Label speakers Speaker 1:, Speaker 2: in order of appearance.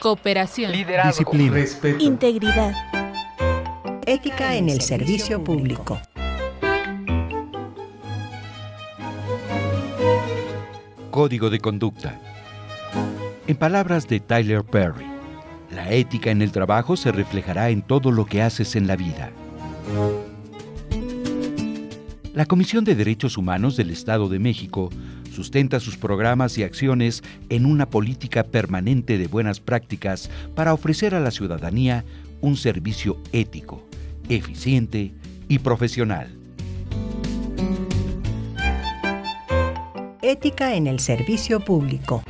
Speaker 1: cooperación,
Speaker 2: liderazgo,
Speaker 3: Disciplina.
Speaker 4: respeto,
Speaker 5: integridad,
Speaker 6: Ética en el servicio público.
Speaker 3: Código de conducta. En palabras de Tyler Perry, la ética en el trabajo se reflejará en todo lo que haces en la vida. La Comisión de Derechos Humanos del Estado de México sustenta sus programas y acciones en una política permanente de buenas prácticas para ofrecer a la ciudadanía un servicio ético, eficiente y profesional.
Speaker 6: Ética en el servicio público.